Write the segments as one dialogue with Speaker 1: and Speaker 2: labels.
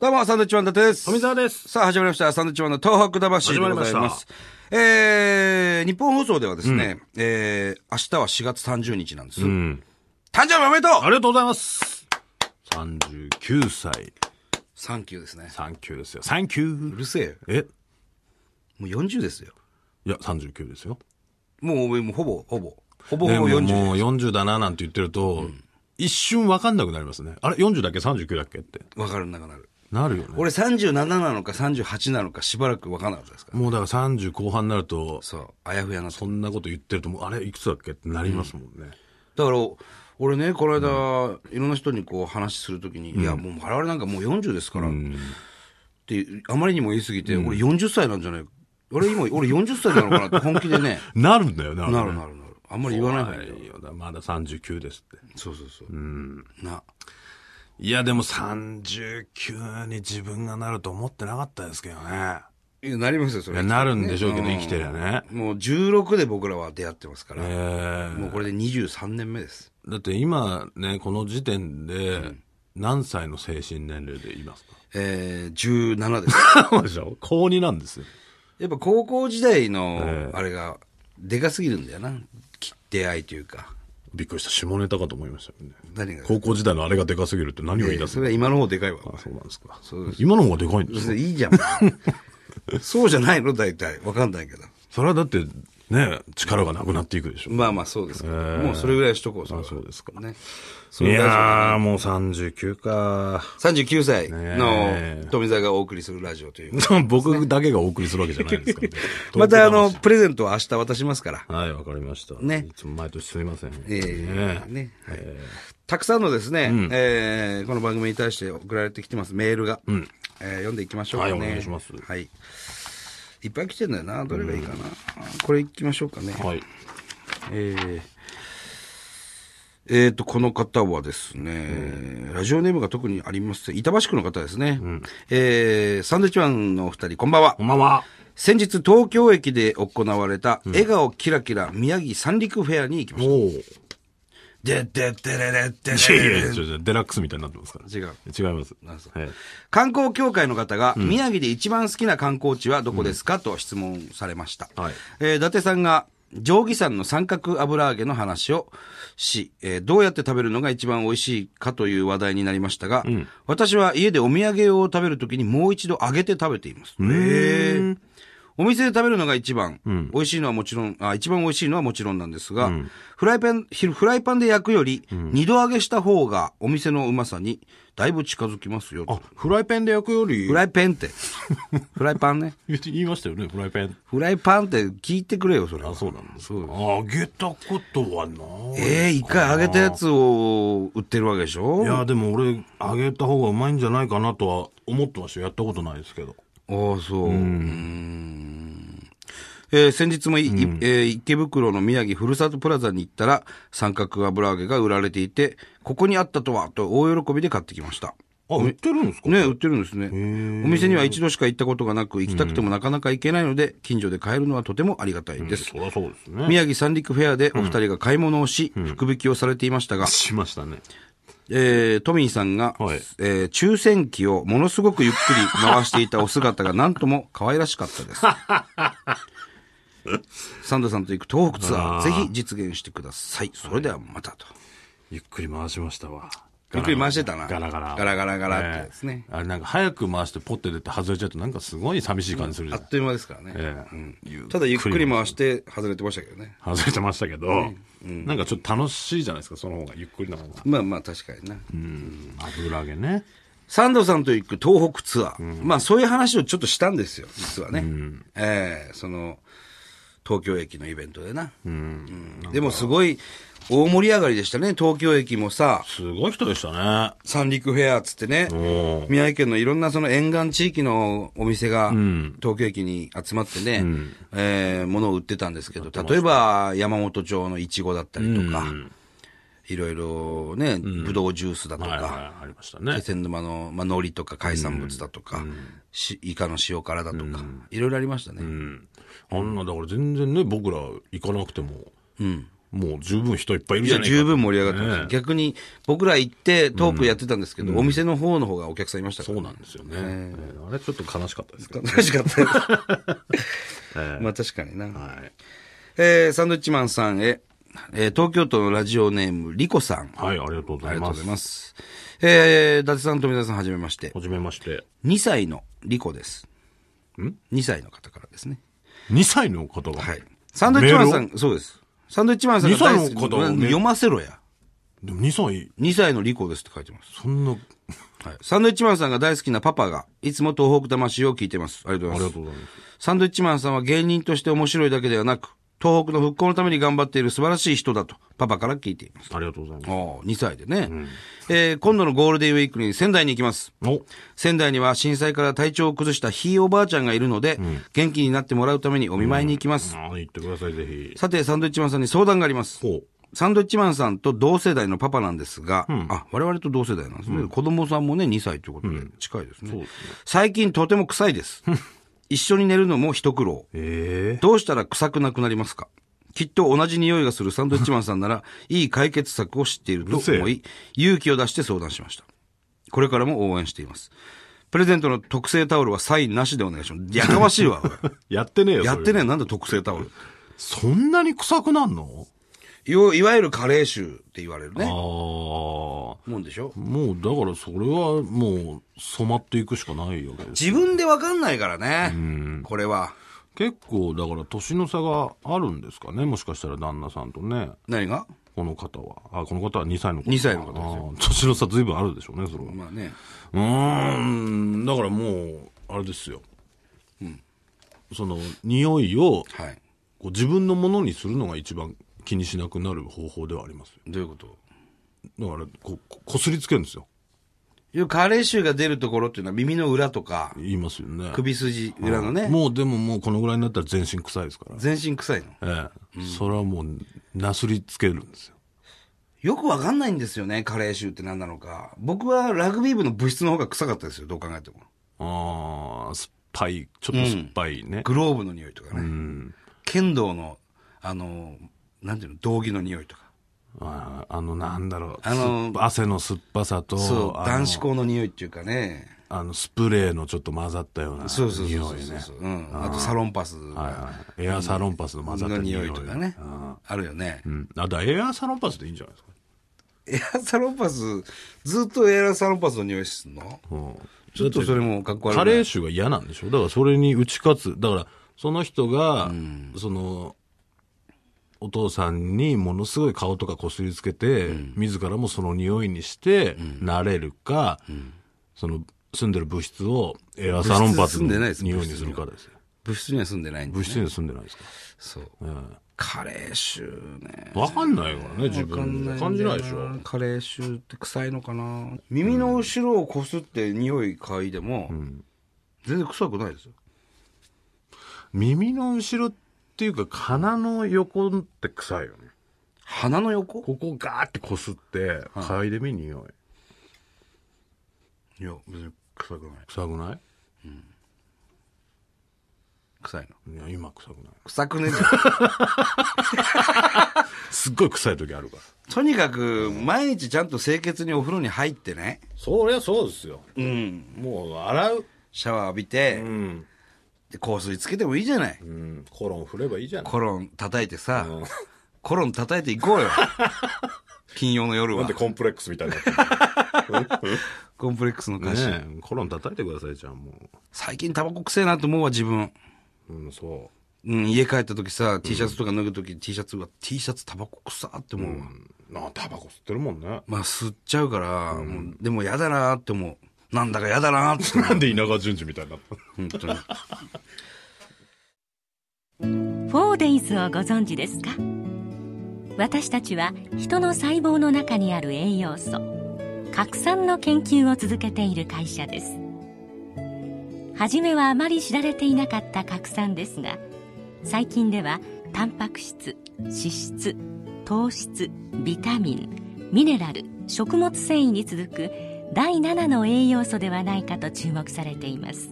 Speaker 1: どうも、サンドウィッチマン伊達です。
Speaker 2: 富澤です
Speaker 1: さあ、始まりました。サンドウィッチマンの東北魂でございます。
Speaker 2: 始まりまし
Speaker 1: えー、日本放送ではですね、えー、明日は4月30日なんです。
Speaker 2: うん。
Speaker 1: 誕生日おめでと
Speaker 2: あ
Speaker 1: う
Speaker 2: りがとうございます。39歳。
Speaker 1: サンキューですね。
Speaker 2: サンキューですよ。サンキュ
Speaker 1: う
Speaker 2: ー。
Speaker 1: るせえよ。
Speaker 2: え
Speaker 1: もう40ですよ。
Speaker 2: いや、39ですよ。
Speaker 1: もう、もうほぼ、ほぼ。ほぼ
Speaker 2: で
Speaker 1: ほぼ
Speaker 2: も
Speaker 1: 40。
Speaker 2: もう40だななんて言ってると、一瞬わかんなくなりますね。あれ ?40 だっけ ?39 だっけって。
Speaker 1: わからなくなる。
Speaker 2: なるよね。
Speaker 1: 俺37なのか38なのかしばらくわからなかったですから。
Speaker 2: もうだから30後半になると、
Speaker 1: そう、あやふやなと
Speaker 2: そんなこと言ってると、もうあれいくつだっけってなりますもんね。
Speaker 1: だから、俺ね、この間、いろんな人にこう話するときに、いや、もう我々なんかもう40ですから、って、あまりにも言い過ぎて、俺40歳なんじゃない俺今、俺40歳なのか なって本気でね、
Speaker 2: なるんだよね、あれね
Speaker 1: なるなるなる。あんまり言わない方がいいよ。
Speaker 2: いいよなまだ39ですって。
Speaker 1: そうそうそう。な。
Speaker 2: いや、でも39に自分がなると思ってなかったですけどね。
Speaker 1: いやなりますよ、そ
Speaker 2: い
Speaker 1: れ。
Speaker 2: や、なるんでしょうけど、生きてりゃね。
Speaker 1: もう16で僕らは出会ってますから、
Speaker 2: え
Speaker 1: もうこれで23年目です。
Speaker 2: ーだって今ね、この時点で、何歳の精神年齢でいます
Speaker 1: えー、17です。
Speaker 2: かそうでしょ高2なんですよ。
Speaker 1: やっぱ高校時代
Speaker 2: え
Speaker 1: の、あれが、でかすぎるんだよな。き出会いというか。
Speaker 2: びっくりした。下ネタかと思いましたけどね。
Speaker 1: 何が
Speaker 2: 高校時代のあれがでかすぎるって何を言い出す
Speaker 1: そ
Speaker 2: の
Speaker 1: れは今の方でかいわ。
Speaker 2: あ、そうなんですか。
Speaker 1: そうで
Speaker 2: 今の方がでかいんで
Speaker 1: 別
Speaker 2: すよ
Speaker 1: にいいじゃん。 そうじゃないの大体。わかんないけど。
Speaker 2: それはだって、ね、力がなくなっていくでしょ。
Speaker 1: まあまあそうですけど。もうそれぐらいしとこう、それは
Speaker 2: あそうですか
Speaker 1: ね。
Speaker 2: いやー、もう39か。
Speaker 1: 39歳
Speaker 2: ね
Speaker 1: の富澤がお送りするラジオという。。
Speaker 2: 僕だけがお送りするわけじゃないですからね
Speaker 1: またあの、プレゼントは明日渡しますから。
Speaker 2: はい、わかりました。
Speaker 1: ね
Speaker 2: いつも毎年すみません。
Speaker 1: え
Speaker 2: ね
Speaker 1: ーねはいたくさんのですね、えーこの番組に対して送られてきてますメールが。えー読んでいきましょうかね。
Speaker 2: はいお願いします
Speaker 1: はい。いっぱい来てんだよな。どれがいいかな。これいきましょうかね。
Speaker 2: はい。
Speaker 1: えーえーと、この方はですね、ラジオネームが特にありません。板橋区の方ですね。えーサンドウィッチマンのお二人、こんばんは
Speaker 2: こ。んばんは。
Speaker 1: 先日、東京駅で行われた、笑顔キラキラ宮城三陸フェアに行きま
Speaker 2: お
Speaker 1: した。
Speaker 2: お。
Speaker 1: で、で、で、で、で、で、
Speaker 2: いやいや
Speaker 1: で
Speaker 2: いや、ちょちょデラックスみたいになってますから。
Speaker 1: 違う。
Speaker 2: 違います。
Speaker 1: そう
Speaker 2: はい。
Speaker 1: 観光協会の方が、宮城で一番好きな観光地はどこですか、と質問されました。
Speaker 2: はい
Speaker 1: えー伊達さんが、定義山の三角油揚げの話をし、えーどうやって食べるのが一番美味しいかという話題になりましたが、私は家でお土産を食べるときにもう一度揚げて食べています。へーお店で食べるのが一番、美味しいのはもちろんあ、一番美味しいのはもちろんなんですが、フライパン、ひフライパンで焼くより、二度揚げした方がお店のうまさにだいぶ近づきますよと。
Speaker 2: あ、フライパンで焼くより
Speaker 1: フ、ライパ ンって。フライパンね。
Speaker 2: 言いましたよね、フライパン。
Speaker 1: フライパンって聞いてくれよ、それは。
Speaker 2: あ、そうなんです。揚げたことはない。
Speaker 1: ええ一回揚げたやつを売ってるわけでしょ
Speaker 2: いや、でも俺、揚げた方がうまいんじゃないかなとは思ってましたよ。やったことないですけど。
Speaker 1: ああ、そう。うーんえー先日もい、いえー池袋の宮城ふるさとプラザに行ったら、三角油揚げが売られていて、ここにあったとは、と大喜びで買ってきました。
Speaker 2: あ、売ってるんですか
Speaker 1: ね、売ってるんですね。お店には一度しか行ったことがなく、行きたくてもなかなか行けないので、近所で買えるのはとてもありがたいです。
Speaker 2: そりゃそうですね。
Speaker 1: 宮城三陸フェアでお二人が買い物をし、福引きをされていましたが、
Speaker 2: しましたね。
Speaker 1: えー、トミーさんが、
Speaker 2: はい
Speaker 1: えー抽選機をものすごくゆっくり回していたお姿がなんとも可愛らしかった です。サンドさんと行く東北ツアー、ぜひ実現してください。それではまたと。
Speaker 2: ゆっくり回しましたわ。
Speaker 1: ゆっくり回してたな
Speaker 2: ガラガラ。
Speaker 1: ガラガラガラってですね
Speaker 2: ええあれなんか早く回してポッて出て外れちゃうとなんかすごい寂しい感じするじ
Speaker 1: あ
Speaker 2: ゃん
Speaker 1: っ。という間ですからね。
Speaker 2: ええ
Speaker 1: ただゆっくり回して外れてましたけどね。
Speaker 2: 外れてましたけど、なんかちょっと楽しいじゃないですか、その方が。ゆっくりの方が。
Speaker 1: まあまあ確かにな。
Speaker 2: 油揚げね。
Speaker 1: サンドさんと行く東北ツアー。まあそういう話をちょっとしたんですよ、実はね。ええその、東京駅のイベントでな。うんでもすごい大盛り上がりでしたね、東京駅もさ、
Speaker 2: すごい人でした
Speaker 1: 三陸フェアっつってね、
Speaker 2: ね。
Speaker 1: 宮城県のいろんなその沿岸地域のお店が、東京駅に集まってね、ええ物を売ってたんですけど、例えば山本町のイチゴだったりとか、いろいろね、ぶどうジュースだと
Speaker 2: はい
Speaker 1: か、
Speaker 2: はい、ありましたね。
Speaker 1: 気仙沼の、まあ、海苔とか海産物だとか、しイカの塩辛だとか、いろいろありましたね。
Speaker 2: うん。あんな、だから全然ね、僕ら行かなくても、もう十分人いっぱいいる
Speaker 1: い
Speaker 2: じゃ
Speaker 1: や、
Speaker 2: ないか
Speaker 1: 十分盛り上がってます、
Speaker 2: ね
Speaker 1: 逆に、僕ら行ってトークやってたんですけど、お店の方の方がお客さんいましたから、
Speaker 2: そうなんですよね、えーあれちょっと悲しかったですけど、
Speaker 1: 楽しかったです。
Speaker 2: え
Speaker 1: まあ確かにな。
Speaker 2: ーはい
Speaker 1: えーサンドイッチマンさんへ、えー東京都のラジオネーム、リコさん。
Speaker 2: はいありがとう
Speaker 1: あ
Speaker 2: ござ
Speaker 1: りがとう
Speaker 2: いま
Speaker 1: ご
Speaker 2: す
Speaker 1: ざいます。えー、伊達さん、富田さん、はじめまして。
Speaker 2: はじめまして
Speaker 1: 2歳のリコです。
Speaker 2: ん
Speaker 1: ?2 歳の方からですね。
Speaker 2: 2歳の方が、
Speaker 1: はい。サンドイッチマンさ
Speaker 2: メ
Speaker 1: ん、そうです。サンドイッチマンさんが大好き
Speaker 2: 二歳の方をね
Speaker 1: 読ませろや。
Speaker 2: でも2歳
Speaker 1: 2歳のリコですって書いてます。
Speaker 2: そんな
Speaker 1: はい。サンドイッチマンさんが大好きなパパが、いつも東北魂を聞いてます。ありがとうご
Speaker 2: あり
Speaker 1: ざいます
Speaker 2: がと。うございます
Speaker 1: サンドイッチマンさんは芸人として面白いだけではなく、東北の復興のために頑張っている素晴らしい人だと、パパから聞いています。
Speaker 2: ありがとうございま
Speaker 1: ああ、2歳でね。えー今度のゴールデンウィークに仙台に行きます。
Speaker 2: すお
Speaker 1: 仙台には震災から体調を崩したひいおばあちゃんがいるので、元気になってもらうためにお見舞いに行きます。
Speaker 2: ああ言ってくださいぜひ
Speaker 1: さて、サンドイッチマンさんに相談があります。
Speaker 2: ほう
Speaker 1: サンドイッチマンさんと同世代のパパなんですが、あ、我々と同世代なんですね。子供さんもね、2歳ということで、近いですね。
Speaker 2: そうです
Speaker 1: 最近とても臭い です。一緒に寝るのも一苦労。
Speaker 2: え
Speaker 1: どうしたら臭くなくなりますかきっと同じ匂いがするサンドイッチマンさんな ら、いい解決策を知っていると
Speaker 2: う
Speaker 1: 思
Speaker 2: る
Speaker 1: い、勇気を出して相談しました。これからも応援しています。プレゼントの特製タオルはサインなしでお願いします。やかましい わ、おい
Speaker 2: やってねえよ
Speaker 1: やって
Speaker 2: ね
Speaker 1: ねえ、なんだ特製タオル。
Speaker 2: そんなに臭くなんの
Speaker 1: いわいわゆるカレー臭って言われる
Speaker 2: ああ
Speaker 1: ね。もんでしょ
Speaker 2: もうだからそれはもう染まっていくしかないわけです
Speaker 1: 自分でわかんないからね。これは。
Speaker 2: 結構だから年の差があるんですかねもしかしたら旦那さんとね
Speaker 1: 何が
Speaker 2: この方はあこの方は2歳の子
Speaker 1: 2歳の方です
Speaker 2: よ年の差随分あるでしょうねそれは
Speaker 1: まあね。
Speaker 2: うーんだからもうあれですよ、その匂いを
Speaker 1: はい。
Speaker 2: こう自分のものにするのが一番気にしなくなる方法ではあります
Speaker 1: どういうこと
Speaker 2: よだからこここすりつけるんですよ
Speaker 1: いやカレー臭が出るところっていうのは耳の裏とか、
Speaker 2: 言いますよね
Speaker 1: 首筋裏のね。
Speaker 2: もうでももうこのぐらいになったら全身臭いですから
Speaker 1: 全身臭いの。
Speaker 2: ええ、それはもうなすりつけるんですよ
Speaker 1: よくわかんないんですよね、カレー臭って何なのか。僕はラグビー部の部室の方が臭かったですよ、どう考えても。
Speaker 2: ああ酸っぱいちょっと酸っぱいね、
Speaker 1: グローブの匂いとかね。剣道の、あの、なんていうの、道着の匂いとか。
Speaker 2: あああのなんだろう、
Speaker 1: あの
Speaker 2: 酸っぱ汗の酸っぱさと
Speaker 1: そう、
Speaker 2: あの
Speaker 1: 男子校の匂いっていうかね。
Speaker 2: あのスプレーのちょっと混ざったような
Speaker 1: そうそうそう
Speaker 2: 匂
Speaker 1: そう
Speaker 2: い
Speaker 1: そう
Speaker 2: ね
Speaker 1: そう、うん。あとサロンパス
Speaker 2: はい
Speaker 1: の
Speaker 2: はいエアサロンパスの混ざった匂
Speaker 1: 匂
Speaker 2: い
Speaker 1: いとかね
Speaker 2: うん。
Speaker 1: あるよね
Speaker 2: う。ん、あだからエアサロンパスでいいんじゃないですか、
Speaker 1: エアサロンパス、ずっとエアサロンパスの匂いすんの
Speaker 2: うん、
Speaker 1: ちょっとそれもかっこ悪い。
Speaker 2: カレー臭が嫌なんでしょだからそれに打ち勝つ。だから、その人が、その、お父さんにものすごい顔とかこすりつけて、自らもその匂いにして、なれるか、その、住んでる物質をエアサロンパス
Speaker 1: 物質住ん
Speaker 2: の
Speaker 1: でない
Speaker 2: 匂い
Speaker 1: です
Speaker 2: にするかですよ。
Speaker 1: 部室には住んでないんで、
Speaker 2: 物
Speaker 1: ね。
Speaker 2: 質には住んでないですか。
Speaker 1: そう。
Speaker 2: うん
Speaker 1: カレー臭ね。
Speaker 2: わかんないからね、自
Speaker 1: わかんないん
Speaker 2: 分で。
Speaker 1: だよ
Speaker 2: 感じないでしょ。
Speaker 1: カレー臭って臭いのかな耳の後ろをこすって匂い嗅いでも、全然臭くないですよ
Speaker 2: 耳の後ろっていうか、鼻の横って臭いよね。
Speaker 1: 鼻の横
Speaker 2: ここガーってこすって、嗅いでみ匂い。
Speaker 1: いや別に臭くない
Speaker 2: 臭くない
Speaker 1: 臭いの
Speaker 2: いや、今臭くない。
Speaker 1: 臭くねえ じゃん
Speaker 2: すっごい臭い時あるから。
Speaker 1: とにかく毎日ちゃんと清潔にお風呂に入ってね
Speaker 2: そりゃそうですよ。
Speaker 1: うん
Speaker 2: もう、洗う。
Speaker 1: シャワー浴びて、
Speaker 2: うん。
Speaker 1: で香水つけてもいいじゃない、
Speaker 2: うん。コロン振ればいいじゃない。
Speaker 1: コロン叩いてさ、
Speaker 2: ん
Speaker 1: コロン叩いていこう よ金曜の夜は
Speaker 2: コンプレックスみ たいな。
Speaker 1: コンプレックスの歌詞、
Speaker 2: ねえ、コロン叩いてください、じゃん、も
Speaker 1: 最近タバコ臭えなと思うわ自分
Speaker 2: う。うん、そ
Speaker 1: うん、家帰った時さ、T シャツとか脱ぐ時、T シャツは T シャツタバコ臭って思うわ。
Speaker 2: う。なあ、タバコ吸ってるもんね。
Speaker 1: まあ吸っちゃうから、もうでも嫌だなって思う。なんだか嫌だなって 思う。
Speaker 2: なんで稲川淳二みたいになった
Speaker 1: 本当に。
Speaker 3: フォーデイズをご存知ですか私たちは人の細胞の中にある栄養素核酸の研究を続けている会社です初めはあまり知られていなかった核酸ですが最近ではタンパク質脂質糖質ビタミンミネラル食物繊維に続く第7の栄養素ではないかと注目されています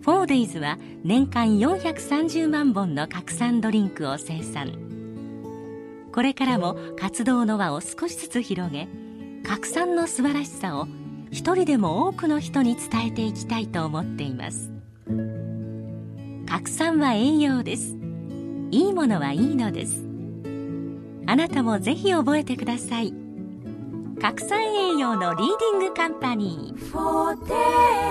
Speaker 3: フォーデイズは年間430万本の拡散ドリンクを生産これからも活動の輪を少しずつ広げ拡散の素晴らしさを一人でも多くの人に伝えていきたいと思っています拡散は栄養ですいいものはいいのですあなたもぜひ覚えてください拡散栄養のリーディングカンパニー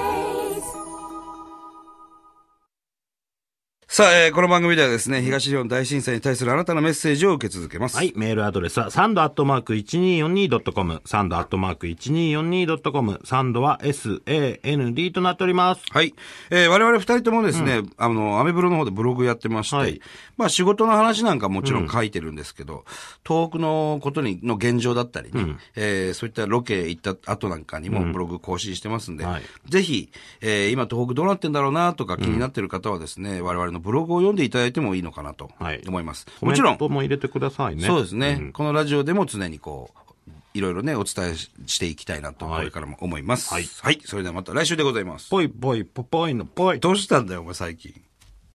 Speaker 1: さあ、えーこの番組ではですね、東日本大震災に対するあなたのメッセージを受け続けます。
Speaker 2: はい、メールアドレスは、サンドアットマーク 1242.com、サンドアットマーク 1242.com、サンドは SAND となっております。
Speaker 1: はい。えー我々二人ともですね、あの、アメブロの方でブログやってまして、
Speaker 2: はい
Speaker 1: まあ仕事の話なんかもちろん書いてるんですけど、東北のことに、の現状だったりね、えーそういったロケ行った後なんかにもブログ更新してますんで、
Speaker 2: はい
Speaker 1: ぜひ、えー今東北どうなってんだろうなとか気になってる方はですね、我々のブログを読んでいただいてもいいのかなと
Speaker 2: はい
Speaker 1: 思います。
Speaker 2: コメ
Speaker 1: も
Speaker 2: ン
Speaker 1: ちろん、
Speaker 2: トも入れてくださいね。
Speaker 1: そうですね、このラジオでも常にこう、いろいろね、お伝えししていきたいなと、こ
Speaker 2: はい
Speaker 1: れからも思います。
Speaker 2: はい
Speaker 1: はい。それではまた来週でございます。
Speaker 2: ぽいぽいぽぽいのぽい。
Speaker 1: どうしたんだよ、お前最近。